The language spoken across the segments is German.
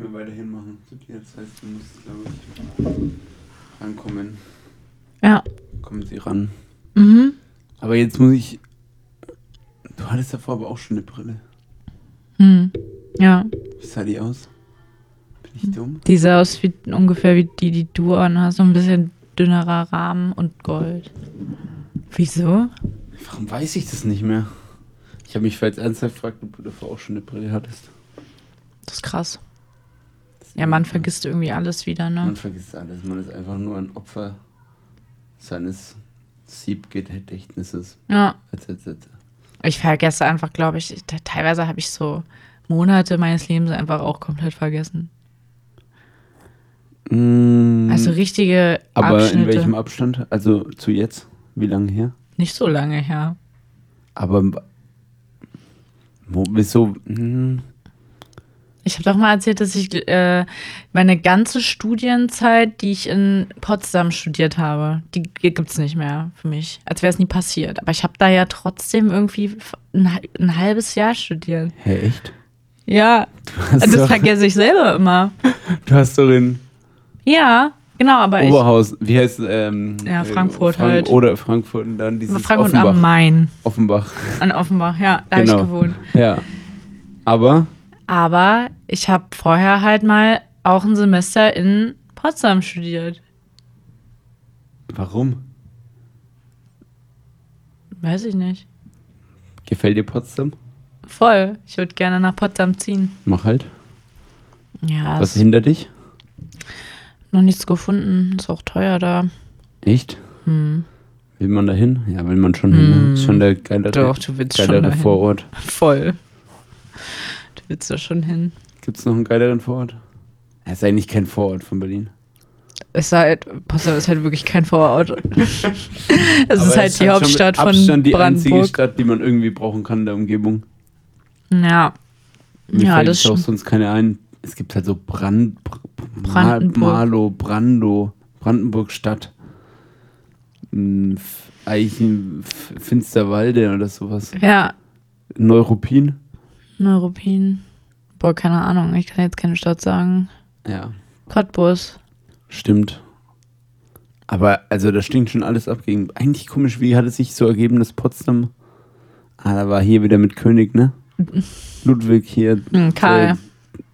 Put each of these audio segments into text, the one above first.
machen. Jetzt heißt, du musst, glaube ich, rankommen. Ja. Kommen sie ran. Mhm. Aber jetzt muss ich. Du hattest davor aber auch schon eine Brille. Hm. Ja. Wie sah die aus? Bin Hm. ich dumm? Die sah aus wie, ungefähr wie die, die du anhast. So ein bisschen dünnerer Rahmen und Gold. Wieso? Warum weiß ich das nicht mehr? Ich habe mich vielleicht ernsthaft gefragt, ob du davor auch schon eine Brille hattest. Das ist krass. Ja, man vergisst irgendwie alles wieder, ne? Man vergisst alles. Man ist einfach nur ein Opfer seines Siebgedächtnisses. Ja. Etc. etc. Ich vergesse einfach, glaube ich, te- teilweise habe ich so Monate meines Lebens einfach auch komplett vergessen. Also richtige Mhm. Aber Abschnitte. in welchem Abstand? Also zu jetzt? Wie lange her? Nicht so lange her. Aber wo, wieso? Hm, Ich habe doch mal erzählt, dass ich äh, meine ganze Studienzeit, die ich in Potsdam studiert habe, die gibt es nicht mehr für mich. Als wäre es nie passiert. Aber ich habe da ja trotzdem irgendwie f- ein, hal- ein halbes Jahr studiert. hä, echt? Ja, Du hast, das doch, vergesse ich selber immer. du hast doch in Ja, genau, aber ich. Oberhausen, wie heißt ähm, Ja, äh, Frankfurt Frank halt. Oder Frankfurt und dann dieses Frankfurt am Offenbach. Main, Offenbach, an Offenbach, ja, da genau. habe ich gewohnt. Ja. Aber, Aber ich habe vorher halt mal auch ein Semester in Potsdam studiert. warum? Weiß ich nicht. Gefällt dir Potsdam? Voll. Ich würde gerne nach Potsdam ziehen. Mach halt. Ja, Was ist hinter dich? noch nichts gefunden. Ist auch teuer da. Echt? Hm. Will man da hin? Ja, will man schon hin. ne? Ist schon der geilere, Doch, du willst schon geilere dahin. Vorort. Voll. Du willst da schon hin. Gibt es noch einen geileren Vorort? Er ist eigentlich kein Vorort von Berlin. Es ist halt, Potsdam ist halt wirklich kein Vorort. es Aber ist halt es die hat schon mit Hauptstadt von Abstand die einzige Brandenburg. Stadt, die man irgendwie brauchen kann in der Umgebung. Ja. Mir ja, fällt das auch stimmt. sonst keine ein. Es gibt halt so Brand, Br- Brandenburg. Ma- Marlow, Brando, Brandenburg-Stadt, Hm, F- Eichen, F- Finsterwalde oder sowas. Ja, Neuruppin. Neuruppin. Boah, keine Ahnung. Ich kann jetzt keine Stadt sagen. Ja, Cottbus. stimmt. Aber also da stinkt schon alles ab gegen. Eigentlich komisch, wie hat es sich so ergeben, dass Potsdam. Ah, da war hier wieder mit König, ne? Ludwig hier. Hm, Karl. Äh,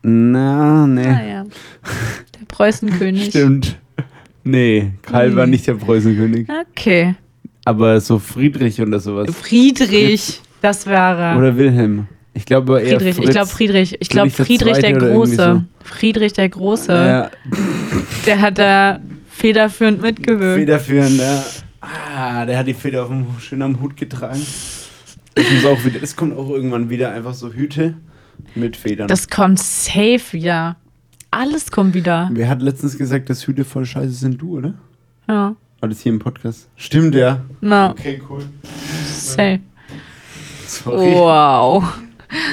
na, ne. Ah ja. Der Preußenkönig. Stimmt. Nee, Karl Nee. war nicht der Preußenkönig. Okay. Aber so Friedrich oder sowas. Friedrich, das wäre. Oder Wilhelm. Ich glaube eher Friedrich, ich Fritz. glaube Friedrich. Ich glaube Friedrich der Friedrich der Zweite oder Große. irgendwie Friedrich der Große. Ja, Der hat da federführend mitgewirkt. federführend, ja. Ah, der hat die Feder auf dem, schön am Hut getragen. Das, muss auch wieder, das kommt auch irgendwann wieder einfach so Hüte mit Federn. Das kommt safe wieder. Alles kommt wieder. Wer hat letztens gesagt, dass Hüte voll scheiße sind? Du, oder? Ja. War das hier im Podcast? Stimmt, ja. Na, Okay, cool. safe. Sorry. Oh. Wow.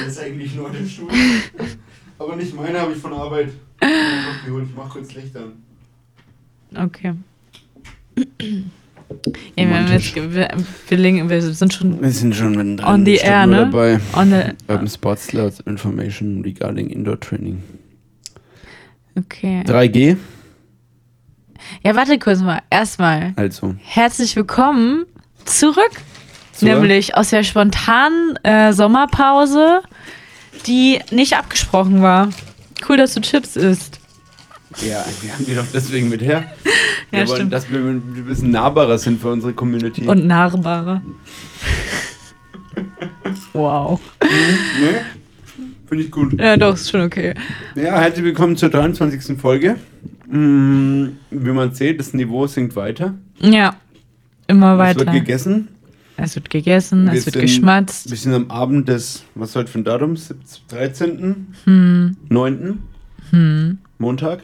Das ist eigentlich nur der Stuhl. Aber nicht meine habe ich von der Arbeit. geholt. Ich mach kurz Licht an. Okay. Ja, wir, haben jetzt, ge- wir, wir, legen- wir sind schon Wir sind schon mit On the air, ne? dabei. on the. Urban Sports Lots Information regarding Indoor Training. Okay. 3G, Ja, warte kurz mal. Erstmal. also. Herzlich willkommen zurück, Zur- nämlich aus der spontanen äh, Sommerpause, die nicht abgesprochen war. Cool, dass du Chips isst. Ja, wir haben die doch deswegen mit her. Wir Ja, wollen, stimmt. dass wir ein bisschen nahbarer sind für unsere Community. Und nahrbarer. wow. ne? Finde ich gut. Ja, doch, ist schon okay. Ja, herzlich willkommen zur 23. Folge. Mm, Wie man sieht, das Niveau sinkt weiter. Ja, immer Es weiter. wird gegessen. Es wird gegessen, Wir es wird sind- geschmatzt. Wir sind am Abend des, was ist heute für ein Datum? 17, 13. Hm. 9. Montag.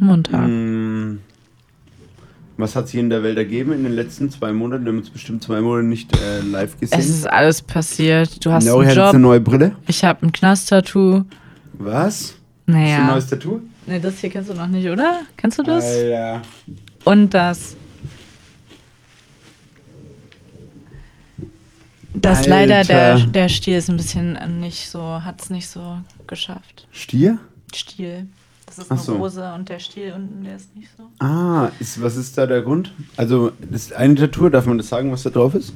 Montag. Mm. Was hat sich in der Welt ergeben in den letzten zwei Monaten? Wir haben uns bestimmt zwei Monate nicht äh, live gesehen. Es ist alles passiert. Du hast Lauri einen hat jetzt Job. eine neue Brille. Ich habe ein Knast-Tattoo. Was? Hast du ein Naja. neues Tattoo? Nee, das hier kennst du noch nicht, oder? Kennst du das? Alter. Und das. Das Alter. leider der, der Stil ist ein bisschen nicht so, hat es nicht so geschafft. Stier? Stil. Das ist Ach eine so. Rose und der Stiel unten, der ist nicht so. Ah, ist, was ist da der Grund? Also, das ist eine Tatur, darf man das sagen, was da drauf ist?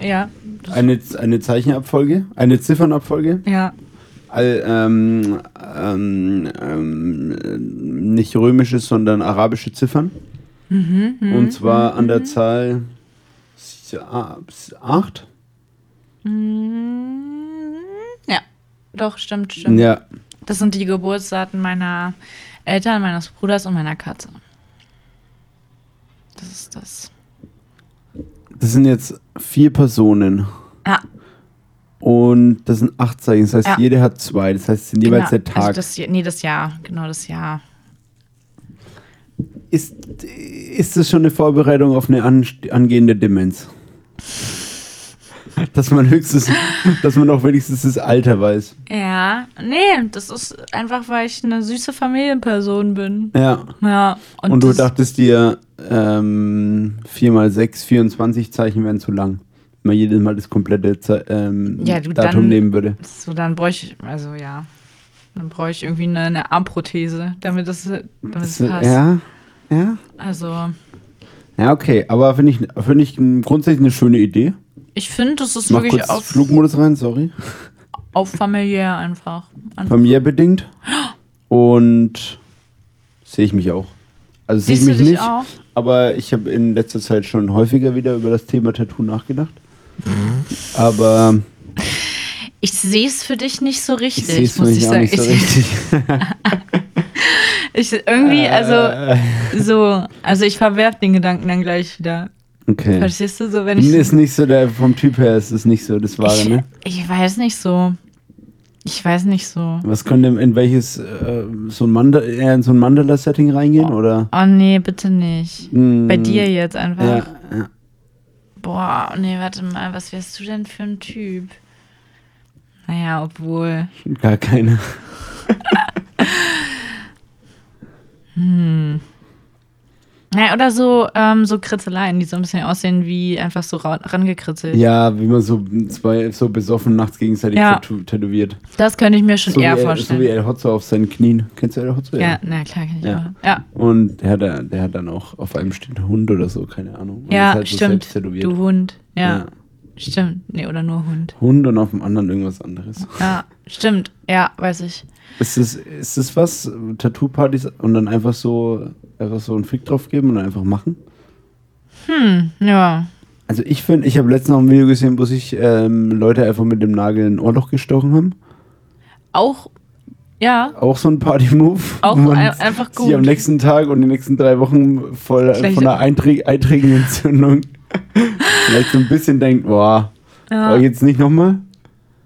Ja. Das, Eine, eine Zeichenabfolge, eine Ziffernabfolge. ja. All, ähm, ähm, ähm, nicht römische, sondern arabische Ziffern. Mhm, Und zwar an der Zahl ah, 8. Mhm. Ja. Doch, stimmt, stimmt. Ja, Das sind die Geburtsdaten meiner Eltern, meines Bruders und meiner Katze. Das ist das. das sind jetzt vier Personen Ja, und das sind acht Zeichen. Das heißt, Ja. jede hat zwei. Das heißt, es sind jeweils genau. der Tag. Also das, Je- nee, das Jahr. Genau, das Jahr. ist, ist das schon eine Vorbereitung auf eine an, angehende Demenz? Dass man höchstens, dass man auch wenigstens das Alter weiß. Ja, nee, das ist einfach, weil ich eine süße Familienperson bin. Ja. Ja, Und, du das- dachtest dir, ähm, 4x6, 24 Zeichen wären zu lang. Wenn man jedes Mal das komplette Ze ähm, Ja, du, Datum dann- nehmen würde. So, dann bräuche ich, also ja, dann bräuche ich irgendwie eine, eine Armprothese, damit das, damit Das, das passt. ja, ja. Also, Ja, okay. Aber finde ich, finde ich grundsätzlich eine schöne Idee. ich finde, das ist Ich mach wirklich kurz auf, Flugmodus rein, sorry. auf familiär einfach. An- Familiärbedingt. Und sehe ich mich auch. Also sehe ich Siehst du mich dich nicht. auch? Aber ich habe in letzter Zeit schon häufiger wieder über das Thema Tattoo nachgedacht. aber Ich sehe es für dich nicht so richtig, ich sehe es für muss ich mich auch sagen. nicht so richtig. ich, irgendwie, also Äh, so, also ich verwerf den Gedanken dann gleich wieder. Okay. Verstehst du so, wenn ich. Ist nicht so der, vom Typ her ist es nicht so das Wahre, ich, ne? ich weiß nicht so. Ich weiß nicht so. Was könnte in welches, äh, so ein, Manda eher in so ein Mandala-Setting reingehen, oder? Oh nee, bitte nicht. Mm, Bei dir jetzt einfach. Ja, ja. Boah, nee, warte mal, was wärst du denn für ein Typ? Naja, obwohl. gar keine. Naja, oder so, ähm, so Kritzeleien, die so ein bisschen aussehen wie einfach so ra- rangekritzelt. Ja, wie man so zwei so besoffen nachts gegenseitig Ja. tattu tätowiert. Das könnte ich mir schon So wie, eher El, so vorstellen. wie El Hotzo auf seinen Knien. Kennst du El Hotzo? ja, na klar, kann ich Ja. auch. Ja, Und der hat, da- der hat dann auch auf einem steht ein Hund oder so, keine Ahnung. Und ja ist halt so stimmt. selbst tätowiert. du Hund. Ja, Ja. stimmt. Nee, oder nur Hund. Hund und auf dem anderen irgendwas anderes. Ja, stimmt. Ja, weiß ich. Ist das, ist das was? Tattoo-Partys und dann einfach so, einfach so einen Fick drauf geben und dann einfach machen? Ja. Also ich finde, ich habe letztens noch ein Video gesehen, wo sich ähm, Leute einfach mit dem Nagel in ein Ohrloch gestochen haben. Auch, ja, Auch so ein Party-Move. Auch wo man ein- einfach gut. Sie am nächsten Tag und die nächsten drei Wochen voll Gleich- von einer einträ eiträgen Entzündung vielleicht so ein bisschen denkt, boah, Ja. oh, jetzt nicht nochmal.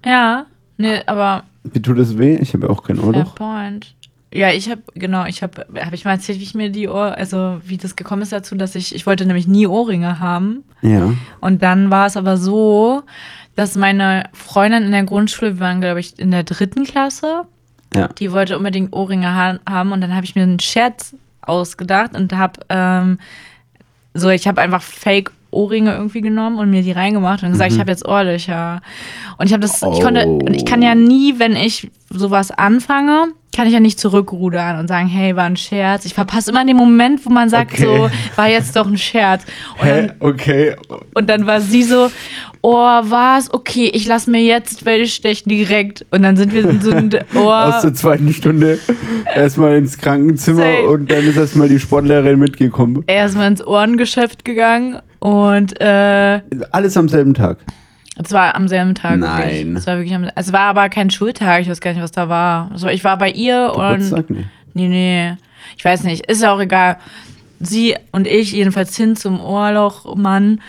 äh, ja. Nee, aber Wie tut das weh? Ich habe ja auch kein Fair Ohrloch. point. Ja, ich habe, genau, ich habe, habe ich mal erzählt, wie ich mir die Ohr, also wie das gekommen ist dazu, dass ich, ich wollte nämlich nie Ohrringe haben. Ja. Und dann war es aber so, dass meine Freundin in der Grundschule, wir waren, glaube ich, in der dritten Klasse, Ja. die wollte unbedingt Ohrringe ha haben und dann habe ich mir einen Scherz ausgedacht und habe ähm, so, ich habe einfach Fake Ohrringe irgendwie genommen und mir die reingemacht und gesagt, ich habe jetzt Ohrlöcher. Und ich habe das, ich konnte, Mhm. Oh. und ich kann ja nie, wenn ich sowas anfange, kann ich ja nicht zurückrudern und sagen, hey, war ein Scherz. Ich verpasse immer den Moment, wo man sagt, Okay. so, war jetzt doch ein Scherz. Und dann, Hä? Okay. und dann war sie so, oh, was? Okay, ich lass mir jetzt welche stechen direkt. Und dann sind wir in so ein Aus Oh. der zweiten Stunde erstmal ins Krankenzimmer Safe. und dann ist erstmal die Sportlehrerin mitgekommen. Erstmal ins Ohrengeschäft gegangen und äh, Alles am selben Tag. es war am selben Tag. Nein. Wirklich. Es war wirklich am, es war aber kein Schultag, ich weiß gar nicht, was da war. Also ich war bei ihr und Geburtstag? Nee. Nee, nee. Ich weiß nicht. Ist ja auch egal. Sie und ich jedenfalls hin zum oh Ohrlochmann.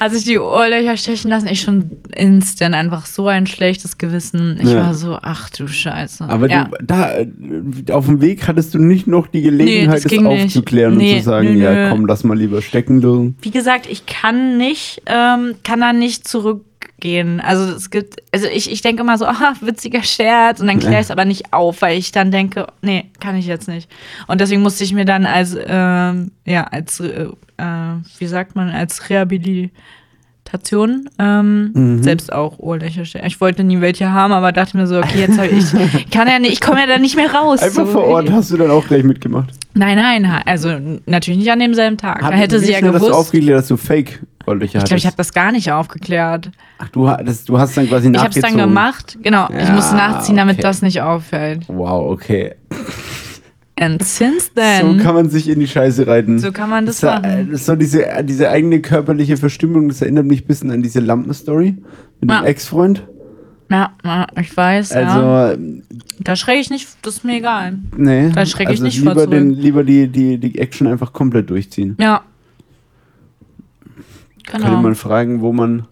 Als ich die Ohrlöcher stechen lassen, ich schon instant einfach so ein schlechtes Gewissen. Ich Ja. war so, ach du Scheiße. Aber ja. du, da, äh, auf dem Weg hattest du nicht noch die Nee, Gelegenheit, das es ging nicht. aufzuklären und Nee, zu sagen, nö, ja nö. komm, lass mal lieber stecken. Du. Wie gesagt, ich kann nicht, ähm, kann da nicht zurückgehen. Also es gibt, also ich, ich denke immer so, ah, witziger Scherz und dann kläre ich es aber nicht auf, weil ich dann denke, nee, kann ich jetzt nicht. Und deswegen musste ich mir dann als, ähm, ja, als, äh, äh, wie sagt man, als Rehabilitation Zertifikationen ähm, Mhm. selbst auch Ohrlöcher herstellen. Ich wollte nie welche haben, aber dachte mir so, okay, jetzt habe ich, ich kann ja nicht, ich komme ja da nicht mehr raus. Einfach so. vor Ort hast du dann auch gleich mitgemacht. Nein, nein, ha- also n- natürlich nicht an demselben Tag. da hätte sie ja Dass du gewusst. aufgeklärt, dass du Fake-Ohrlöcher Ich glaube, ich habe hattest. das gar nicht aufgeklärt. Ach, du, ha- das, du hast dann quasi Ich habe es nachgezogen. dann gemacht, genau. ich musste Ja, nachziehen, damit okay. das nicht auffällt. Wow, okay. And since then. So kann man sich in die Scheiße reiten. So kann man das ist ja- machen. Das ist so diese, äh, diese eigene körperliche Verstimmung, das erinnert mich ein bisschen an diese Lampen-Story mit Ja. dem Ex-Freund. ja, ja, ich weiß. ja. Also, Da schräg ich nicht, das ist mir egal. nee. Da schreck ich also nicht vor lieber, zurück. den, lieber die, die, die Action einfach komplett durchziehen. Ja. Könnte Genau. man fragen, wo man,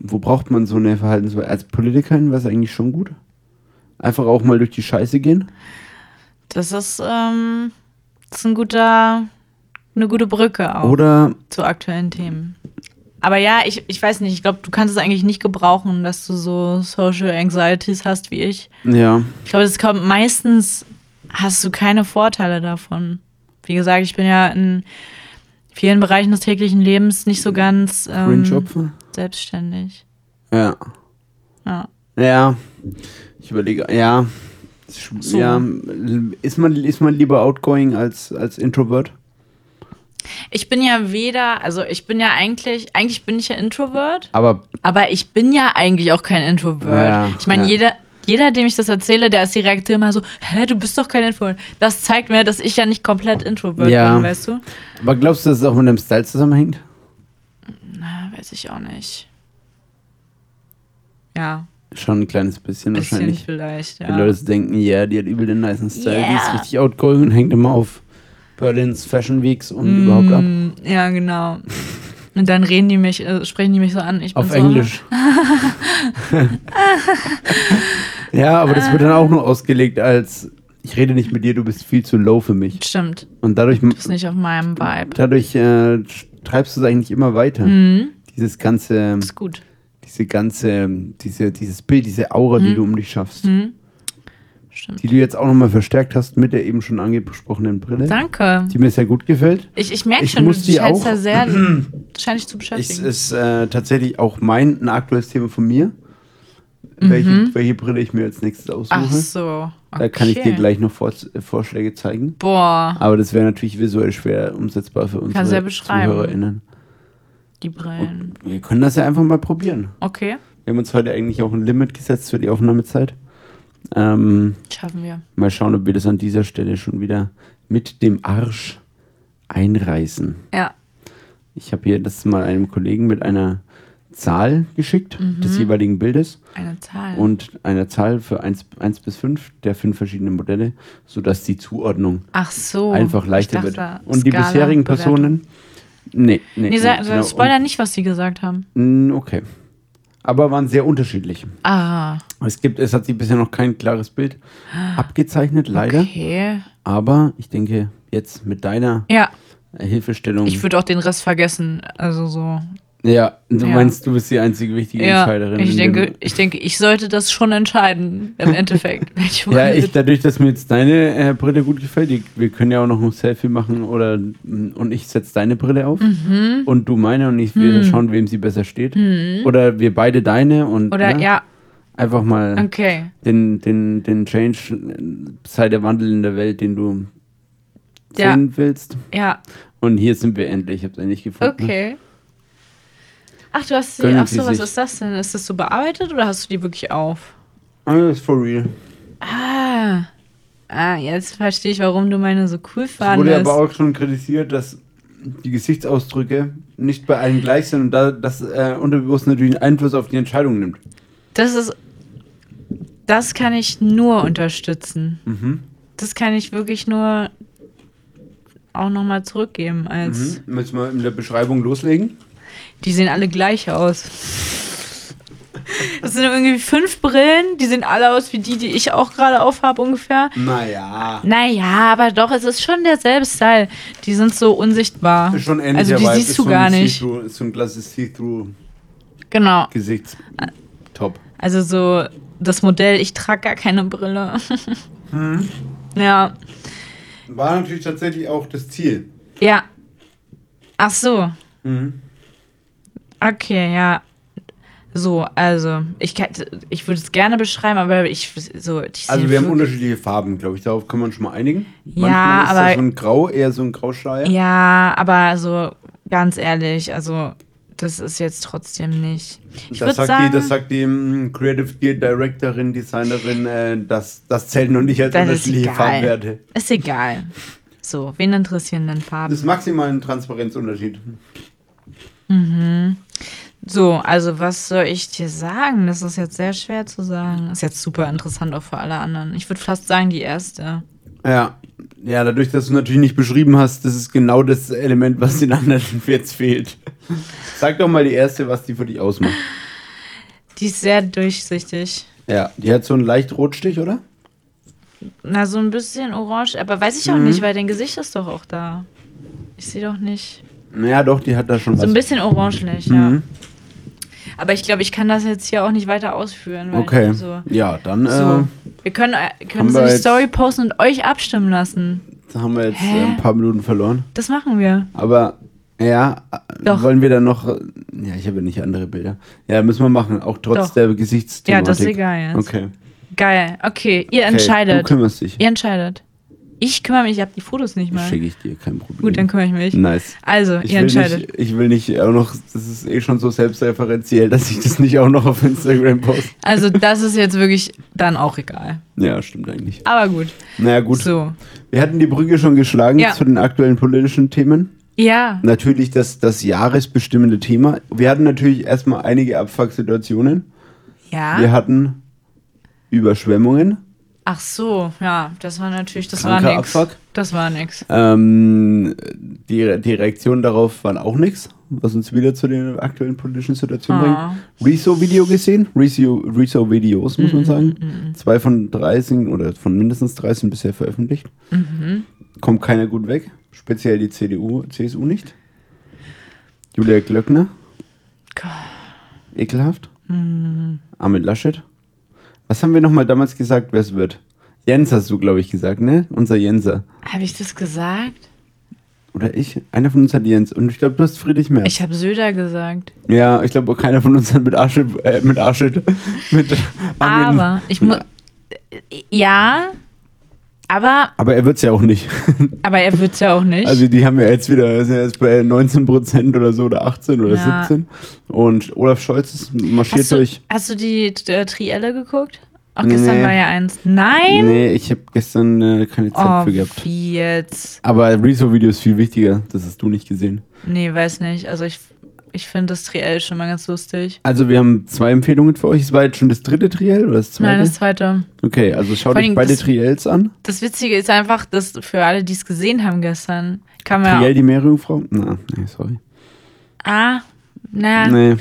wo braucht man so eine Verhaltensweise? Als Politikerin wäre es eigentlich schon gut. Einfach auch mal durch die Scheiße gehen. Das ist, ähm, das ist ein guter, eine gute Brücke auch Oder zu aktuellen Themen. Aber ja, ich, ich weiß nicht, ich glaube, du kannst es eigentlich nicht gebrauchen, dass du so Social Anxieties hast wie ich. ja, Ich glaube, es kommt meistens, hast du keine Vorteile davon. Wie gesagt, ich bin ja in vielen Bereichen des täglichen Lebens nicht so ganz ähm, Cringe-Opfer. selbstständig. Ja. Ja. Ja, ich überlege, ja. Sch- So. Ja, ist man, ist man lieber outgoing als, als Introvert? Ich bin ja weder, also ich bin ja eigentlich, eigentlich bin ich ja Introvert, Aber aber ich bin ja eigentlich auch kein Introvert. Ja, ich meine, ja. jeder, jeder, dem ich das erzähle, der ist die Reaktion immer so, hä, du bist doch kein Introvert. Das zeigt mir, dass ich ja nicht komplett Introvert Ja. bin, weißt du? Aber glaubst du, dass es auch mit deinem Style zusammenhängt? Na, weiß ich auch nicht. Ja, Schon ein kleines bisschen, ein bisschen wahrscheinlich. vielleicht, ja. Die Leute denken, ja, die hat übel den nicen Style, die ist Yeah. richtig outgoing und hängt immer auf Berlins Fashion Weeks und überhaupt ab. Mm, Ja, genau. Und dann reden die mich, äh, sprechen die mich so an. Ich bin Auf so, Englisch. ja, aber das wird dann auch nur ausgelegt als, ich rede nicht mit dir, du bist viel zu low für mich. Stimmt, Und dadurch, du bist nicht auf meinem Vibe. dadurch äh, treibst du es eigentlich immer weiter. Mhm, Dieses ganze, ist gut. diese ganze, diese, dieses Bild, diese Aura, Mm. die du um dich schaffst. Mhm. Stimmt. die du jetzt auch nochmal verstärkt hast mit der eben schon angesprochenen Brille, Danke. die mir sehr gut gefällt. Ich, ich merke Ich schon, muss du die scheinst auch- da sehr scheinst dich Es zu beschäftigen. ist äh, tatsächlich auch mein ein aktuelles Thema von mir, welche, welche Brille ich mir als nächstes aussuche. Mhm. Ach so. Okay. mhm. Da kann ich dir gleich noch Vor äh, Vorschläge zeigen. Boah, Aber das wäre natürlich visuell schwer umsetzbar für Kannst du ja unsere beschreiben. ZuhörerInnen. die Brillen. Wir können das ja einfach mal probieren. Okay, Wir haben uns heute eigentlich auch ein Limit gesetzt für die Aufnahmezeit. Ähm, schaffen wir. mal schauen, ob wir das an dieser Stelle schon wieder mit dem Arsch einreißen. Ja. Ich habe hier das mal einem Kollegen mit einer Zahl geschickt, des Mhm. jeweiligen Bildes Eine Zahl. und einer Zahl für 1, eins bis 5 der fünf verschiedenen Modelle, sodass die Zuordnung Ach so. einfach leichter Oh, Ich wird. dachte, Und die Skala, bisherigen Bewertung. Personen. Nee, nee. Nee, sag, nee, sag- genau. spoiler nicht, was sie gesagt haben. Und, mm, okay. Aber waren sehr unterschiedlich. Ah, Es gibt, es hat sich bisher noch kein klares Bild abgezeichnet, leider. okay. Aber ich denke, jetzt mit deiner Ja, Hilfestellung. ich würde auch den Rest vergessen. Also so. ja, du Ja. meinst, du bist die einzige wichtige Ja, Entscheiderin. ich in dem- denke, ich denke, ich sollte das schon entscheiden, im Endeffekt. welche Ja, Rolle ich, dadurch, dass mir jetzt deine äh, Brille gut gefällt, die, wir können ja auch noch ein Selfie machen oder mm, und ich setze deine Brille auf Mhm. und du meine und ich wir schauen, wem sie besser steht. Oder wir beide deine und Oder ne, ja, einfach mal okay. den, den, den Change äh, sei der Wandel in der Welt, den du Ja. sehen willst. Ja, Und hier sind wir endlich. Ich hab's endlich gefunden. okay. Ach, du hast sie. Mhm. Gönnen Ach Sie so, was sich. ist das denn? Ist das so bearbeitet oder hast du die wirklich auf? Alles for real. Ah. Ah, jetzt verstehe ich, warum du meine so cool Es wurde fandest. aber auch schon kritisiert, dass die Gesichtsausdrücke nicht bei allen gleich sind und da das äh, unterbewusst natürlich einen Einfluss auf die Entscheidung nimmt. Das ist. Das kann ich nur unterstützen. Mhm. Das kann ich wirklich nur auch nochmal zurückgeben als. Müssen wir in der Beschreibung loslegen? Die sehen alle gleich aus. Das sind irgendwie fünf Brillen, die sehen alle aus wie die, die ich auch gerade aufhabe ungefähr. Naja. Naja, aber doch, es ist schon derselbe Style. Die sind so unsichtbar. Ist schon ähnlich, also die aber es siehst ist du so gar ein nicht. See-through- Ist so ein klassisches See-Through-Gesichts. Genau. Top. Also so das Modell, ich trage gar keine Brille. Mhm. Ja. War natürlich tatsächlich auch das Ziel. Ja. Ach so. Okay, ja. So, also, ich, kann- ich würde es gerne beschreiben, aber ich so. Ich Also sehe wir haben wirklich- unterschiedliche Farben, glaube ich. Darauf kann man schon mal einigen. Ja, Manchmal ist aber- das so ein Grau, eher so ein Grauschleier. Ja, aber so ganz ehrlich, also das ist jetzt trotzdem nicht. Ich das, würde sagt die, sagen, das sagt die mm, Creative Directorin, Designerin, äh, das, das zählt noch nicht als Das ist unterschiedliche egal. Farbwerte. ist egal. So, wen interessieren denn Farben? Das ist maximal ein Transparenzunterschied. So, also was soll ich dir sagen? Das ist jetzt sehr schwer zu sagen. Ist jetzt super interessant auch für alle anderen. Ich würde fast sagen, die erste. Ja. Ja, dadurch, dass du natürlich nicht beschrieben hast, das ist genau das Element, was den anderen jetzt fehlt. Sag doch mal die erste, was die für dich ausmacht. Die ist sehr durchsichtig. Ja, die hat so einen leicht Rotstich, oder? Na, so ein bisschen orange, aber weiß Mhm. ich auch nicht, weil dein Gesicht ist doch auch da. Ich sehe doch nicht. Ja, doch, die hat da schon So ein was. bisschen orangelich, ja. Mhm. Aber ich glaube, ich kann das jetzt hier auch nicht weiter ausführen. Weil Okay. So, Ja, dann so. äh, Wir können, äh, können haben so wir die jetzt- Story posten und euch abstimmen lassen. da haben wir jetzt Hä? äh, ein paar Minuten verloren. Das machen wir. Aber ja, äh, Doch. wollen wir dann noch. äh, Ja, ich habe ja nicht andere Bilder. Ja, müssen wir machen, auch trotz Doch. der Gesichtsthematik. Ja, das ist egal jetzt. Okay. Geil. Okay, okay. ihr Du entscheidet. kümmerst dich. Ihr entscheidet. Ich kümmere mich, ich habe die Fotos nicht mal. Schicke ich dir, kein Problem. Gut, dann kümmere ich mich. Nice. Also, Ich ihr will, entscheidet. nicht, ich will nicht auch noch, das ist eh schon so selbstreferenziell, dass ich das nicht auch noch auf Instagram poste. Also, das ist jetzt wirklich dann auch egal. Ja, stimmt eigentlich. Aber gut. Naja, gut. So. Wir hatten die Brücke schon geschlagen Ja. zu den aktuellen politischen Themen. Ja. natürlich das, das jahresbestimmende Thema. Wir hatten natürlich erstmal einige Abfucksituationen. Wir Ja. hatten Überschwemmungen. Ach so, ja, das war natürlich, das war Kranker nix. Abfuck. Das war nix. Ähm, die, die Reaktionen darauf waren auch nichts, was uns wieder zu den aktuellen politischen Situationen Ah. bringt. Rezo-Video gesehen, Rezo-Videos, Rezo Videos, Mhm, muss man sagen. Zwei von 13 oder von mindestens 13 bisher veröffentlicht. Mhm. Kommt keiner gut weg, speziell die CDU, CSU nicht. Julia Glöckner. Gott. Mhm. Ekelhaft. Armin Laschet. Was haben wir nochmal damals gesagt, wer es wird? Jens hast du, glaube ich, gesagt, ne? Unser Jenser. Habe ich das gesagt? Oder ich? Einer von uns hat Jens. Und ich glaube, du hast Friedrich Merz. Ich habe Söder gesagt. ja, ich glaube, keiner von uns hat mit Arschet. Äh, mit Arschet. mit Armin. Aber ich muss. Ja, aber, Aber er wird es ja auch nicht. aber er wird's ja auch nicht. Also die haben ja jetzt wieder, sind ja jetzt bei 19% oder so oder 18 oder Ja. 17. Und Olaf Scholz ist marschiert hast, du, durch. hast du die äh, Trielle geguckt? Auch gestern Nee. war ja eins. Nein! Nee, ich habe gestern äh, keine Zeit oh, für gehabt. wie jetzt? Aber Rezo-Video ist viel wichtiger. Das hast du nicht gesehen. Nee, weiß nicht. Also ich, ich finde das Triell schon mal ganz lustig. Also wir haben zwei Empfehlungen für euch. Es war jetzt schon das dritte Triell oder das zweite? Nein, das zweite. okay, also schaut Vor euch allem beide das- Triels an. Das Witzige ist einfach, dass für alle, die es gesehen haben gestern, kann man Triell die Meerjungfrau? Na, nee, sorry. Ah, naja. Nee,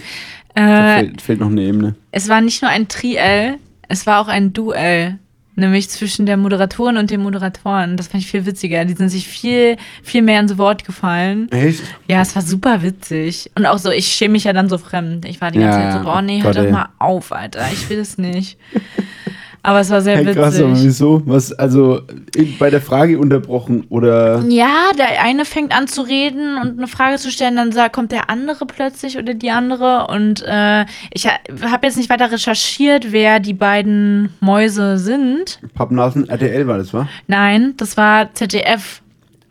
da äh, fehlt, fehlt noch eine Ebene. es war nicht nur ein Triell, es war auch ein Duell. Nämlich zwischen der Moderatorin und den Moderatoren. Das fand ich viel witziger. Die sind sich viel, viel mehr ins Wort gefallen. Echt? Ja, es war super witzig. Und auch so, ich schäme mich ja dann so fremd. Ich war die Ja, ganze Zeit ja. so, oh nee, Gott, hör ey. doch mal auf, Alter. Ich will das nicht. Aber es war sehr Hey, witzig. krass, aber wieso? Was, also in- bei der Frage unterbrochen oder... Ja, der eine fängt an zu reden und eine Frage zu stellen, dann sagt, kommt der andere plötzlich oder die andere. Und äh, ich ha habe jetzt nicht weiter recherchiert, wer die beiden Mäuse sind. Pappnasen, RTL war das, wa? Nein, das war ZDF.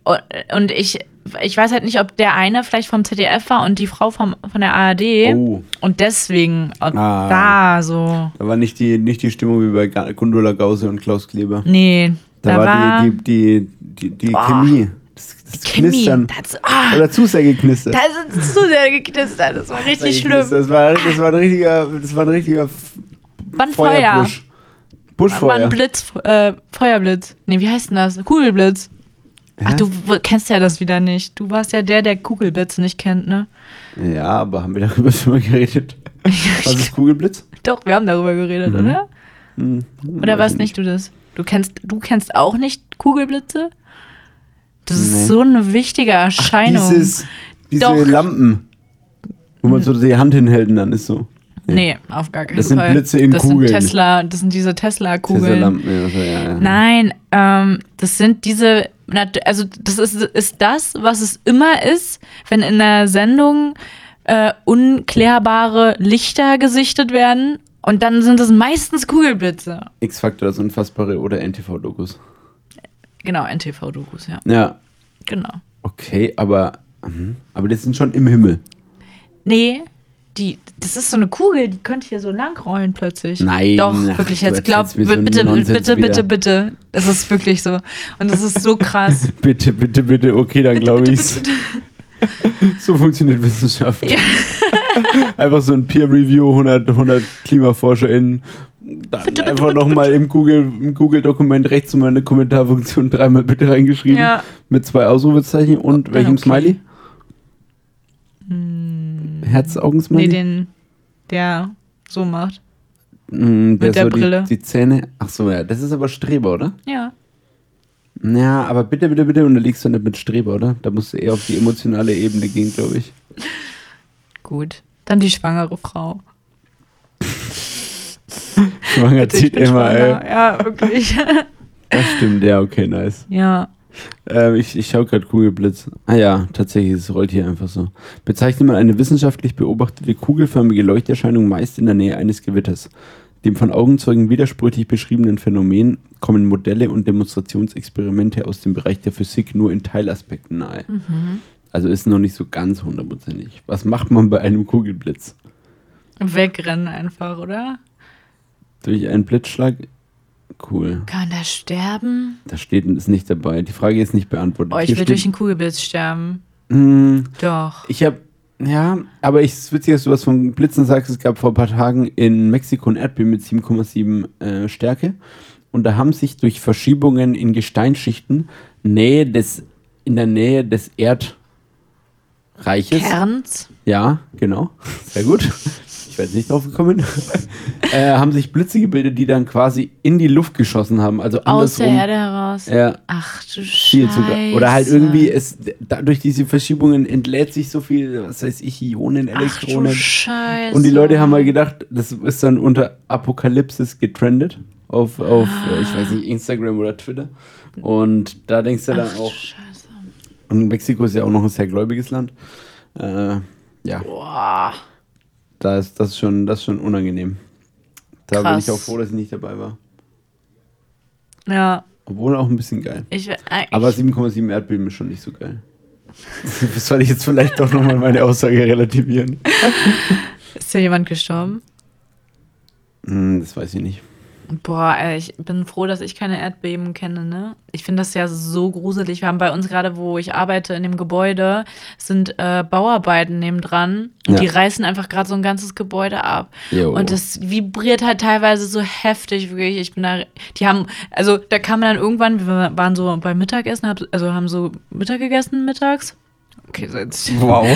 O- Und ich, ich weiß halt nicht, ob der eine vielleicht vom ZDF war und die Frau vom, von der ARD. Oh. Und deswegen und Ah. da so. Da war nicht die, nicht die Stimmung wie bei Ga- Gundula Gause und Klaus Kleber. Nee, Da, war, die, die, die, die, die Chemie. Das, das Knistern. Das, ah, Oder zu sehr geknistert. da ist zu sehr geknistert. Das war richtig schlimm. Das war, das war ein richtiger, das war ein richtiger Wann Feuer? Feuerbusch. Buschfeuer. War ein Blitz, äh, Feuerblitz. Nee, wie heißt denn das? Kugelblitz. Ach, Hä? du w- kennst ja das wieder nicht. Du warst ja der, der Kugelblitze nicht kennt, ne? Ja, aber haben wir darüber schon mal geredet? Was ist Kugelblitz? Doch, wir haben darüber geredet, Mhm. oder? Oder warst nicht du das? Du kennst, du kennst auch nicht Kugelblitze? Das Nee. ist so eine wichtige Erscheinung. Dieses, diese Doch. Lampen, wo man so die Hand hinhält und dann ist so. nee, auf gar keinen Das sind Fall. Blitze in das Kugeln. Sind Tesla, das sind Diese diese Tesla-Kugeln. Lampen, ja, so, ja, ja. Nein, ähm, das sind diese, nat- also das ist, ist das, was es immer ist, wenn in einer Sendung äh, unklärbare Lichter gesichtet werden. Und dann sind es meistens Kugelblitze. X-Factor, das Unfassbare oder NTV-Dokus. Genau, NTV-Dokus, ja. Ja, Genau. okay, aber, mhm. aber das sind schon im Himmel. Nee, die, das ist so eine Kugel, die könnte hier so lang rollen plötzlich. Nein, Doch, ach, wirklich, du jetzt glaub, erzählst mir so einen bitte, bitte, Nonsens bitte, wieder. bitte, bitte. Das ist wirklich so. Und das ist so krass. Bitte, bitte, bitte, okay, dann glaube ich's. So funktioniert Wissenschaft. Ja. Einfach so ein Peer Review 100, 100 KlimaforscherInnen. Dann Bitte, bitte, einfach bitte, nochmal im Google, im Google Dokument rechts mal eine Kommentarfunktion dreimal bitte reingeschrieben. Ja. Mit zwei Ausrufezeichen und Ja, welchem okay. Hm. Smiley? Herz, Augen, Smiley? nee, den, der so macht. Mm, der mit der so Brille. Die, die Zähne. Ach so, ja, das ist aber Streber, oder? Ja. Ja, aber bitte, bitte, bitte unterliegst du nicht mit Streber, oder? Da musst du eher auf die emotionale Ebene gehen, glaube ich. Gut. Dann die schwangere Frau. Schwanger Ich zieht bin immer, schwanger. ey. Ja, wirklich. Das stimmt, ja, okay, nice. ja. Ähm, ich ich schaue gerade Kugelblitz. Ah ja, tatsächlich, es rollt hier einfach so. Bezeichnet man eine wissenschaftlich beobachtete kugelförmige Leuchterscheinung meist in der Nähe eines Gewitters. Dem von Augenzeugen widersprüchlich beschriebenen Phänomen kommen Modelle und Demonstrationsexperimente aus dem Bereich der Physik nur in Teilaspekten nahe. Mhm. Also ist noch nicht so ganz hundertprozentig. Was macht man bei einem Kugelblitz? Wegrennen einfach, oder? Durch einen Blitzschlag? Cool. Kann der sterben? Da steht und ist nicht dabei. Die Frage ist nicht beantwortet. Oh, ich Hier will steht- durch einen Kugelblitz sterben. Hm, Doch. Ich habe, ja, aber ich, es ist witzig, dass du was von Blitzen sagst. Es gab vor ein paar Tagen in Mexiko ein Erdbeben mit 7,7 äh, Stärke. Und da haben sich durch Verschiebungen in Gesteinsschichten Nähe des, in der Nähe des Erdreiches. Kerns? Ja, genau. Sehr gut. Ich werde nicht drauf gekommen. äh, haben sich Blitze gebildet, die dann quasi in die Luft geschossen haben. Also Aus der andersrum. Erde heraus. Ja, Ach du viel zu Scheiße. Oder halt irgendwie, es, dadurch diese Verschiebungen entlädt sich so viel, was weiß ich, Ionen, Ach du Elektronen. Scheiße. Und die Leute haben halt mal gedacht, das ist dann unter Apokalypsis getrendet auf, auf äh, ich weiß nicht, Instagram oder Twitter. Und da denkst du dann Ach, auch, Scheiße. und Mexiko ist ja auch noch ein sehr gläubiges Land. Äh, ja, Boah. da ist das ist schon, das ist schon unangenehm. Da bin ich Krass. auch froh, dass ich nicht dabei war. Ja, Obwohl auch ein bisschen geil. ich will eigentlich. Aber 7,7 Erdbeben ist schon nicht so geil. Das soll ich jetzt vielleicht doch nochmal meine Aussage relativieren. ist hier jemand gestorben? Hm, das weiß ich nicht. Boah, ey, ich bin froh, dass ich keine Erdbeben kenne, ne? Ich finde das ja so gruselig. Wir haben bei uns gerade, wo ich arbeite, in dem Gebäude, sind äh, Bauarbeiten nebendran. Und Ja. die reißen einfach gerade so ein ganzes Gebäude ab. Jo. Und das vibriert halt teilweise so heftig, wirklich. Ich bin da, die haben, also da kam dann irgendwann, wir waren so beim Mittagessen, hab, also haben so Mittag gegessen mittags. Okay, so jetzt Wow.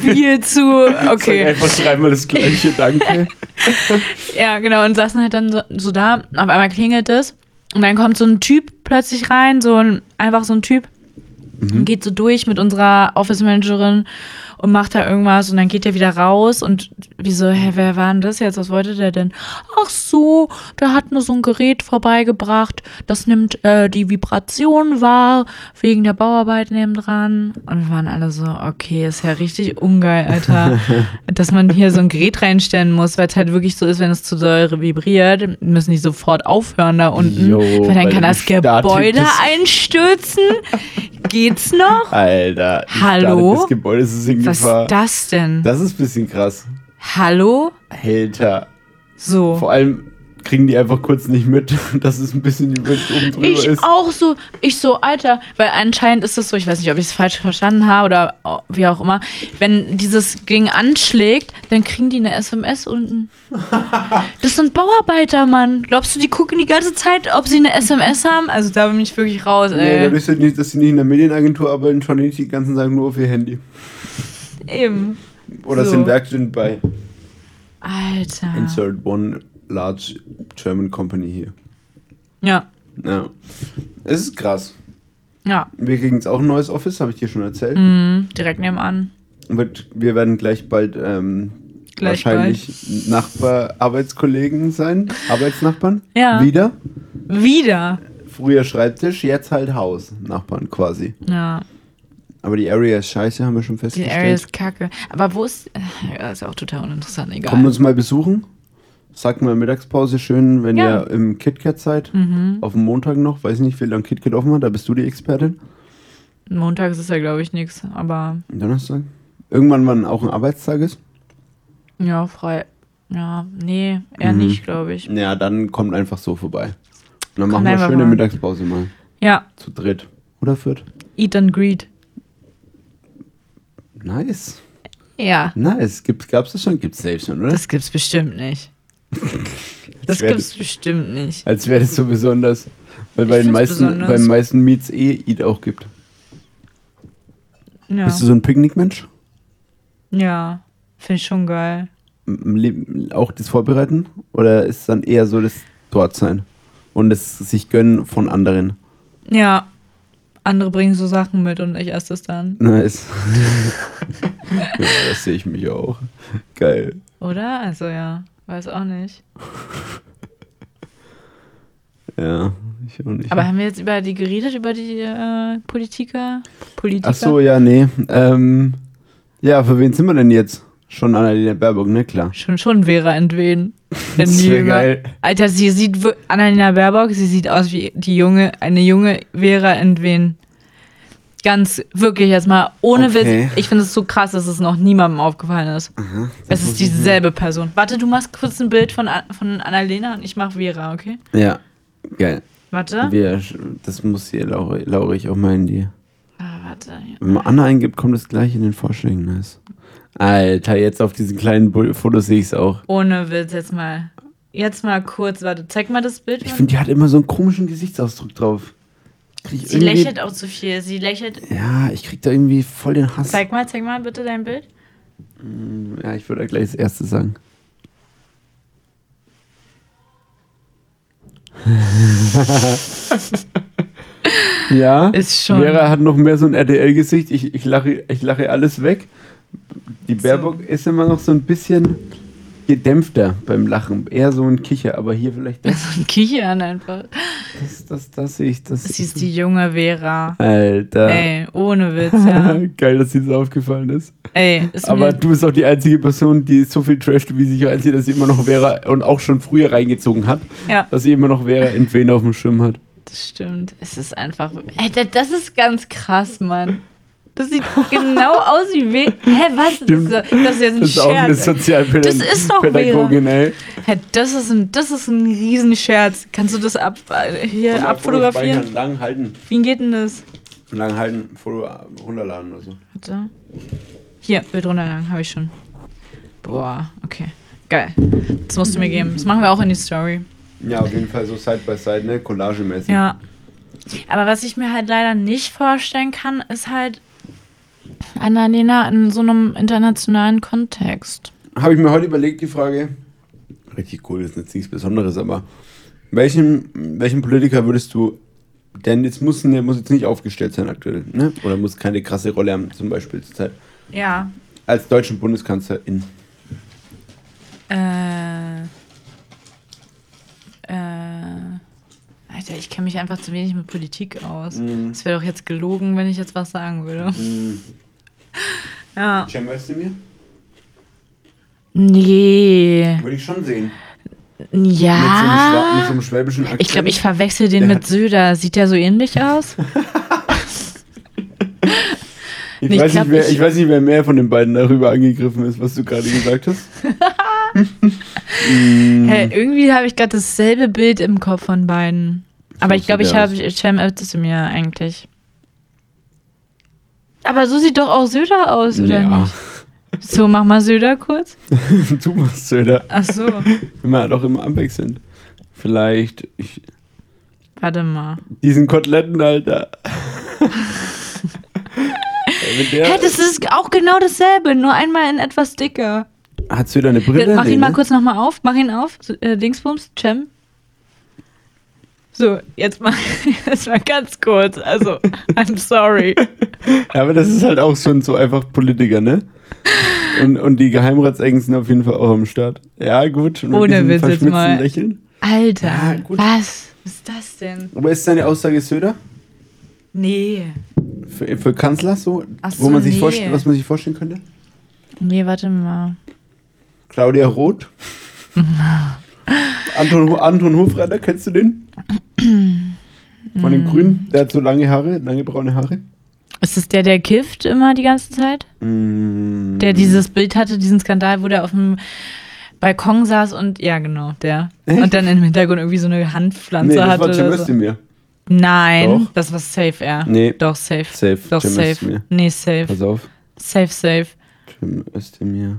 viel zu, Sag okay. einfach dreimal das gleiche, danke. Ja, genau, und saßen halt dann so, so da. Auf einmal klingelt es. Und dann kommt so ein Typ plötzlich rein, so ein, einfach so ein Typ. Und geht so durch mit unserer Office-Managerin und macht da irgendwas und dann geht er wieder raus und wie so, hä, wer war denn das jetzt? Was wollte der denn? Ach so, der hat nur so ein Gerät vorbeigebracht, das nimmt äh, die Vibration wahr, wegen der Bauarbeit nebendran. Und wir waren alle so, okay, ist ja richtig ungeil, Alter, dass man hier so ein Gerät reinstellen muss, weil es halt wirklich so ist, wenn es zu doll vibriert, müssen die sofort aufhören da unten, Jo, weil bei dann kann dem das Statik Gebäude des- einstürzen. Geht's noch? Alter. ich Hallo? dachte, Das Gebäude ist in Was Gefahr. ist das denn? Das ist ein bisschen krass. Hallo? Alter. So. Vor allem kriegen die einfach kurz nicht mit, dass es ein bisschen über oben drüber Ich ist. auch so, ich so, Alter, weil anscheinend ist das so, ich weiß nicht, ob ich es falsch verstanden habe oder wie auch immer, wenn dieses Ding anschlägt, dann kriegen die eine SMS unten. Das sind Bauarbeiter, Mann. Glaubst du, die gucken die ganze Zeit, ob sie eine SMS haben? Also da bin ich wirklich raus, Nee, ey. dadurch, dass die- dass sie nicht in der Medienagentur arbeiten, schon nicht die ganzen Sachen nur auf ihr Handy. Eben. Oder So. Ah. sind Werkstudenten bei Alter. Insert One Large German Company hier. Ja, Ja. Es ist krass. ja, Wir kriegen jetzt auch ein neues Office, habe ich dir schon erzählt. mhm. direkt nebenan. Wird- Wir werden gleich bald ähm, Mhm. Gleich wahrscheinlich Nachbar, Arbeitskollegen sein, Arbeitsnachbarn. Ja. Wieder. Wieder. Früher Schreibtisch, jetzt halt Haus, Nachbarn quasi. Ja. Aber die Area ist scheiße, haben wir schon Die festgestellt. Area ist kacke. Aber wo ist. äh, Ja, ist auch total uninteressant, egal. Kommt uns mal besuchen. Sagt mal Mittagspause schön, wenn Ja. Mhm. ihr im KitKat seid. Auf dem Montag noch. Weiß nicht, wie lange KitKat offen hat. Da bist du die Expertin. Montags ist ja, glaube ich, nichts. Aber Am Donnerstag. Irgendwann, wann auch ein Arbeitstag ist. ja, frei. Ja, nee, eher Mhm. nicht, glaube ich. Ja, dann kommt einfach so vorbei. Und dann Kommt machen wir einfach schöne mal. Mittagspause mal. Ja, Zu dritt. Oder viert. Eat and Greet. Nice. Ja. Nice. Gibt, gab's das schon? Gibt's safe schon, oder? Das gibt's bestimmt nicht. Das wär gibt's bestimmt nicht. Als wäre das so besonders. Weil Ich bei den find's meisten, besonders. bei den meisten Meets eh Eat auch gibt. Ja. Bist du so ein Picknickmensch? Ja. Finde ich schon geil. M- leb- Auch das Vorbereiten? Oder ist dann eher so das Dortsein? Und das sich gönnen von anderen? Ja. Andere bringen so Sachen mit und ich esse das dann. Nice. ja, das sehe ich mich auch. Geil. Oder? Also ja. Weiß auch nicht. Ja, ich auch nicht. Aber haben wir jetzt über die geredet, über die äh, Politiker? Politiker? Ach so, ja, nee. Ähm, ja, für wen sind wir denn jetzt? Schon Annalena Baerbock, ne? Klar. Schon, schon Vera entwen. Das wär geil. Alter, sie sieht, wir- Annalena Baerbock, sie sieht aus wie die junge, eine junge Vera entwen. Ganz, wirklich jetzt mal, ohne Okay. Witz. Ich finde es so krass, dass es noch niemandem aufgefallen ist. es ist dieselbe Person. Warte, du machst kurz ein Bild von, An- von Annalena und ich mach Vera, okay? Ja, geil. Warte. Wir, das muss hier Laura, Laura ich auch mal in die. Ah, warte. ja. Wenn man Anna eingibt, kommt es gleich in den Vorschlägen. Nice. Alter, jetzt auf diesen kleinen Bu Fotos sehe ich es auch. Ohne Witz jetzt mal. Jetzt mal kurz, warte, zeig mal das Bild. Ich Mann. finde, die hat immer so einen komischen Gesichtsausdruck drauf. Krieg ich sie irgendwie- lächelt auch zu viel. Sie lächelt. Ja, ich krieg da irgendwie voll den Hass. Zeig mal, zeig mal bitte dein Bild. Ja, ich würde gleich das erste sagen. ja. Ist schon- Vera hat noch mehr so ein RTL-Gesicht. Ich, ich, lache, ich lache alles weg. Die Baerbock ist immer noch so ein bisschen gedämpfter beim Lachen. Eher so ein Kicher, aber hier vielleicht das, Und kichern einfach. das, das, das sehe ich. Das, Das ist die junge Vera. Alter. Ey, ohne Witz, ja. Geil, dass dir das aufgefallen ist. Ey, ist Aber mir, du bist auch die einzige Person, die so viel Trash-TV-Sicher einzieht, dass sie immer noch Vera und auch schon früher reingezogen hat, ja, dass sie immer noch Vera in Wen auf dem Schirm hat. das stimmt. Es ist einfach, ey, das, das ist ganz krass, Mann. Das sieht genau aus wie We Hä, was? Stimmt. Das, ist- das ist jetzt ein Das ist auch eine Scherz. Sozialpädagogin. Das ist doch Vera. Pädagogin, ey. Hä, das ist ein, das ist ein Riesenscherz. Kannst du das ab, äh, hier abfotografieren? Lang halten. Wie geht denn das? Lang halten, Foto runterladen oder so. Warte. Hier, Bild runterladen, habe ich schon. Boah, okay. Geil. Das musst du mir geben. Das machen wir auch in die Story. Ja, auf jeden Fall so Side by Side, ne? Collagemäßig. Ja. Aber was ich mir halt leider nicht vorstellen kann, ist halt Annalena in so einem internationalen Kontext. Habe ich mir heute überlegt, die Frage. Richtig cool, ist jetzt nichts Besonderes, aber welchen, welchen Politiker würdest du. Denn jetzt muss, ne, muss jetzt nicht aufgestellt sein aktuell, ne? Oder muss keine krasse Rolle haben, zum Beispiel zurzeit. Ja. Als deutschen Bundeskanzlerin. Äh. Äh. Alter, ich kenne mich einfach zu wenig mit Politik aus. Es wäre doch jetzt gelogen, wenn ich jetzt was sagen würde. Ja. Cem Özdemir? Nee. Würde ich schon sehen. Mit, so einem Schwa- mit so Ja. einem schwäbischen Akzent. Ah, Ich glaube, ich verwechsel den Der mit hat- Söder. Sieht der so ähnlich aus? Ich, Nee, ich weiß glaub, nicht, wer, ich- ich weiß nicht, wer mehr von den beiden darüber angegriffen ist, was du gerade gesagt hast. Hä, Mhm. irgendwie habe ich gerade dasselbe Bild im Kopf von beiden. Aber So ich glaube, sieht ich er habe Cem Özdemir eigentlich. Aber so sieht doch auch Söder aus, oder nicht? So, mach mal Söder kurz. du machst Söder. Ach so. Wenn man doch immer abwechselnd. Vielleicht ich, Warte mal. diesen Koteletten, Alter. Mit der- Hä, das ist auch genau dasselbe, nur einmal in etwas dicker. hat Söder eine Brille? Mach Nee, ihn mal ne? kurz nochmal auf. Mach ihn auf. So, äh, Dingsbums, Cem. So, jetzt mal, jetzt mal ganz kurz. Also, I'm sorry. Ja, aber das ist halt auch schon so einfach Politiker, ne? Und, und die Geheimratsecken sind auf jeden Fall auch am Start. Ja, gut. und mit Ohne diesem Witz jetzt verschmitzten mal. Lächeln. Alter, Ja, gut. was? Was ist das denn? Aber ist seine Aussage Söder? Nee. für, für Kanzler so, Ach wo so, man sich nee. vorstellt, was man sich vorstellen könnte? Nee, warte mal. Claudia Roth. Anton, Anton Hofreiter, kennst du den? Von Mm. den Grünen, der hat so lange Haare, lange braune Haare. Ist es der, der kifft immer die ganze Zeit? Mm. Mhm. Der dieses Bild hatte, diesen Skandal, wo der auf dem Balkon saß und ja, genau, der. Und dann im Hintergrund irgendwie so eine Handpflanze nee, das hatte. war Cem Oder so. Özdemir. Nein, Doch. das war safe, er. Nee. Doch, safe. Safe, Also- Doch, Cem safe. Özdemir. Nee, safe. Pass auf, safe, safe. Cem Özdemir.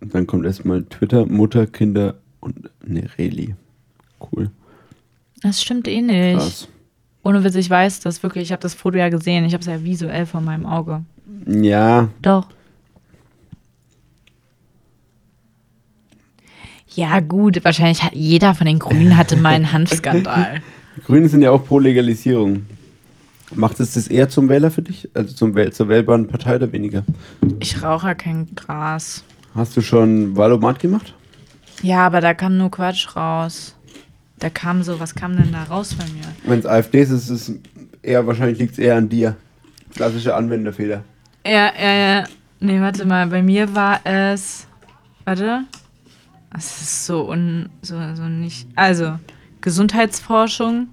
Und dann kommt erstmal Twitter, Mutter, Kinder und nee, Reli. Cool. Das stimmt eh nicht. Krass. Ohne Witz, ich weiß das wirklich. Ich habe das Foto ja gesehen. Ich habe es ja visuell vor meinem Auge. Ja, Doch. Ja, gut, wahrscheinlich hat jeder von den Grünen hatte mal einen Hanfskandal. die Grünen sind ja auch pro Legalisierung. Macht es das eher zum Wähler für dich? Also zum Wähl zur wählbaren Partei oder weniger? Ich rauche ja kein Gras. Hast du schon Wahlomat gemacht? Ja, aber da kam nur Quatsch raus. Da kam so, was kam denn da raus bei mir? Wenn es AfD ist, ist es eher, wahrscheinlich liegt es eher an dir. Klassischer Anwenderfehler. Ja, ja, ja. Nee, warte mal, bei mir war es. Warte. Es ist so un. so, so nicht. Also, Gesundheitsforschung.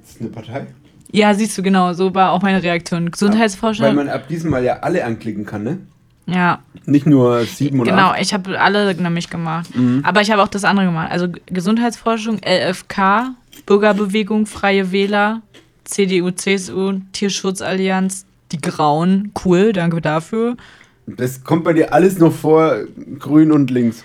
Das ist eine Partei. Ja, siehst du, genau, so war auch meine Reaktion. Weil Gesundheitsforschung. man ab diesem Mal ja alle anklicken kann, ne? Ja, Nicht nur sieben oder Mhm. genau, acht. ich habe alle nämlich gemacht. Aber ich habe auch das andere gemacht. Also G- Gesundheitsforschung, LFK, Bürgerbewegung, Freie Wähler, CDU, CSU, Tierschutzallianz, die Grauen. Cool, danke dafür. Das kommt bei dir alles noch vor, grün und links.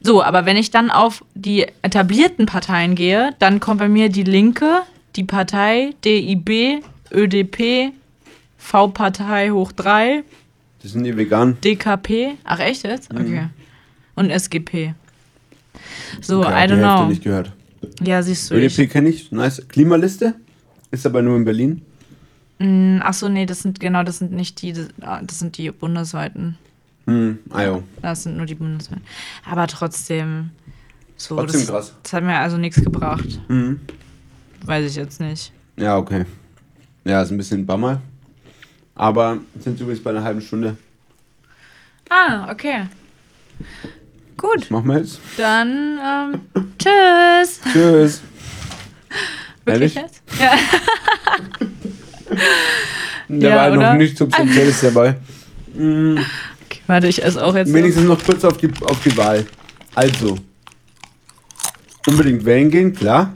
So, aber wenn ich dann auf die etablierten Parteien gehe, dann kommt bei mir die Linke, die Partei, DIB, ÖDP, V-Partei hoch 3, Das sind die vegan. DKP. Ach, echt jetzt? Mhm. Okay. Und SGP. So, Okay, hab I die Hälfte don't nicht know. gehört. Ja, siehst du. Ich, ÖDP kenne ich, nice. Klimaliste ist aber nur in Berlin. ach so, nee, das sind genau, das sind nicht die, das, ah, das sind die bundesweiten. Hm, ah, jo. Das sind nur die bundesweiten. Aber trotzdem, so, Trotzdem das, krass. das hat mir also nichts gebracht. Mhm. Weiß ich jetzt nicht. Ja, okay. Ja, ist ein bisschen ein Bummer. Aber sind übrigens bei einer halben Stunde. Ah, okay. Gut. Das machen wir jetzt. Dann ähm, tschüss. Tschüss. Ehrlich? Wirklich jetzt? Ja. Der Ja, war oder? noch nicht substanzielles dabei. Hm, Okay, warte, ich esse auch jetzt. wenigstens noch kurz auf die, auf die Wahl. Also, unbedingt wählen gehen, klar.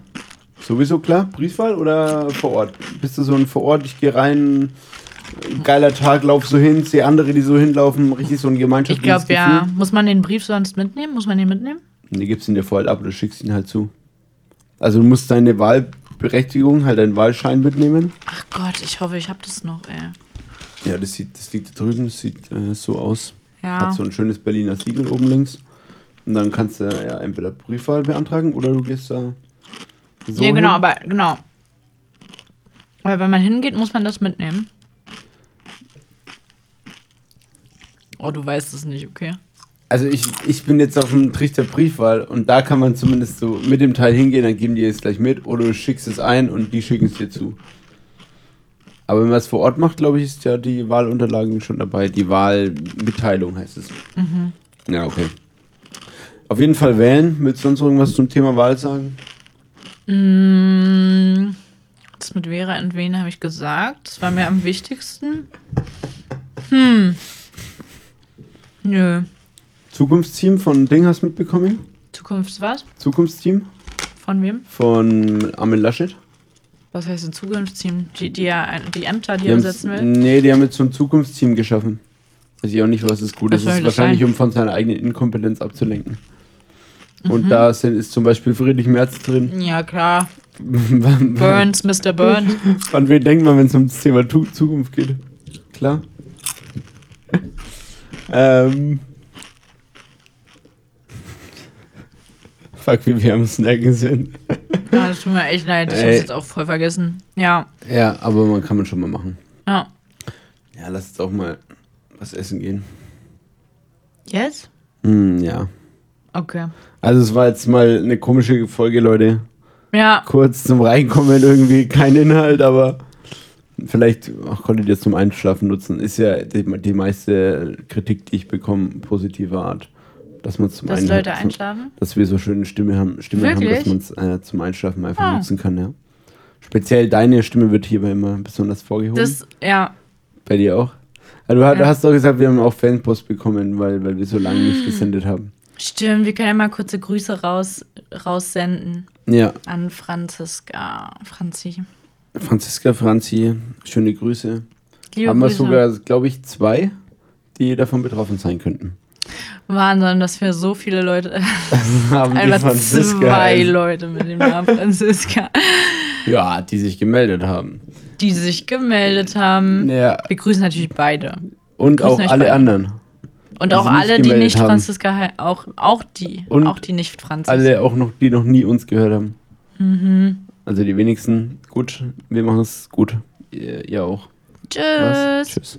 Sowieso klar. Briefwahl oder vor Ort? Bist du so ein vor Ort, ich gehe rein, geiler Tag, lauf so hin, sehe andere, die so hinlaufen, richtig so ein ich gemeinschaftliches glaube ja. Muss man den Brief sonst mitnehmen? Muss man den mitnehmen? Nee, gibst ihn dir vorher ab oder schickst ihn halt zu. Also du musst deine Wahlberechtigung, halt deinen Wahlschein mitnehmen. Ach Gott, ich hoffe, ich hab das noch, ey. Ja, das, sieht, das liegt da drüben, das sieht äh, so aus. Ja. Hat so ein schönes Berliner Siegel oben links. Und dann kannst du ja entweder Briefwahl beantragen oder du gehst da so ja, genau, hin. aber genau. Weil wenn man hingeht, muss man das mitnehmen. Oh, du weißt es nicht, okay. Also ich, ich bin jetzt auf dem Trichter Briefwahl und da kann man zumindest so mit dem Teil hingehen, dann geben die es gleich mit oder du schickst es ein und die schicken es dir zu. Aber wenn man es vor Ort macht, glaube ich, ist ja die Wahlunterlagen schon dabei. Die Wahlmitteilung heißt es. Mhm. Ja, okay. Auf jeden Fall wählen. Willst du sonst irgendwas zum Thema Wahl sagen? Das mit Vera und Wen habe ich gesagt. Das war mir am wichtigsten. Hm. Nö. Zukunftsteam von Ding hast du mitbekommen? Zukunft was? Zukunftsteam Von wem? von Armin Laschet. Was heißt ein Zukunftsteam? Die, die, ja ein- die Ämter, die, Die er haben's- besetzen will? nee, die haben jetzt so ein Zukunftsteam geschaffen. Weiß ich auch nicht, was das gut Was ist. soll Das ist das wahrscheinlich, sein? um von seiner eigenen Inkompetenz abzulenken. Und da sind, ist zum Beispiel Friedrich Merz drin. Ja, klar. wann, wann, Burns, Mr. Burns. an wen denkt man, wenn es um das Thema tu Zukunft geht? Klar. ähm. Fuck, wie wir am Snacken sind. Ja, das tut mir echt leid. Ich Ey. hab's jetzt auch voll vergessen. Ja, Ja, aber man kann man schon mal machen. ja. Ja, lass jetzt auch mal was essen gehen. Jetzt? Hm, ja. Okay. Also es war jetzt mal eine komische Folge, Leute. Ja. kurz zum Reinkommen irgendwie kein Inhalt, aber vielleicht ach, konntet ihr es zum Einschlafen nutzen. Ist ja die, die meiste Kritik, die ich bekomme, positiver Art. Dass man zum Dass einen- Leute zum- einschlafen? Dass wir so schöne Stimme haben, Stimme haben dass Wirklich? man es äh, zum Einschlafen einfach Ah. nutzen kann, ja. Speziell deine Stimme wird hierbei immer besonders vorgehoben. Das, ja. Bei dir auch? Also, du, hast- du Ja. hast doch gesagt, wir haben auch Fanpost bekommen, weil, weil wir so lange nicht gesendet Ah. haben. Stimmt, wir können ja mal kurze Grüße raus, raussenden Ja, an Franziska. Franzi. Franziska, Franzi, schöne Grüße. Liebe haben wir Grüße. sogar, glaube ich, zwei, die davon betroffen sein könnten. Wahnsinn, dass wir so viele Leute, haben einfach zwei als- Leute mit dem Namen Franziska, Ja, die sich gemeldet haben. die sich gemeldet haben. Ja, Wir grüßen natürlich beide. und Grüßen auch euch alle beide. anderen. Und Die auch sich nicht alle, die gemeldet nicht haben. Franziska, hei- auch, auch die, Und auch die nicht Franziska. Mhm. Alle auch noch, die noch nie uns gehört haben. Also die wenigsten. Gut, wir machen es gut. Ihr, ihr auch. Tschüss. Tschüss.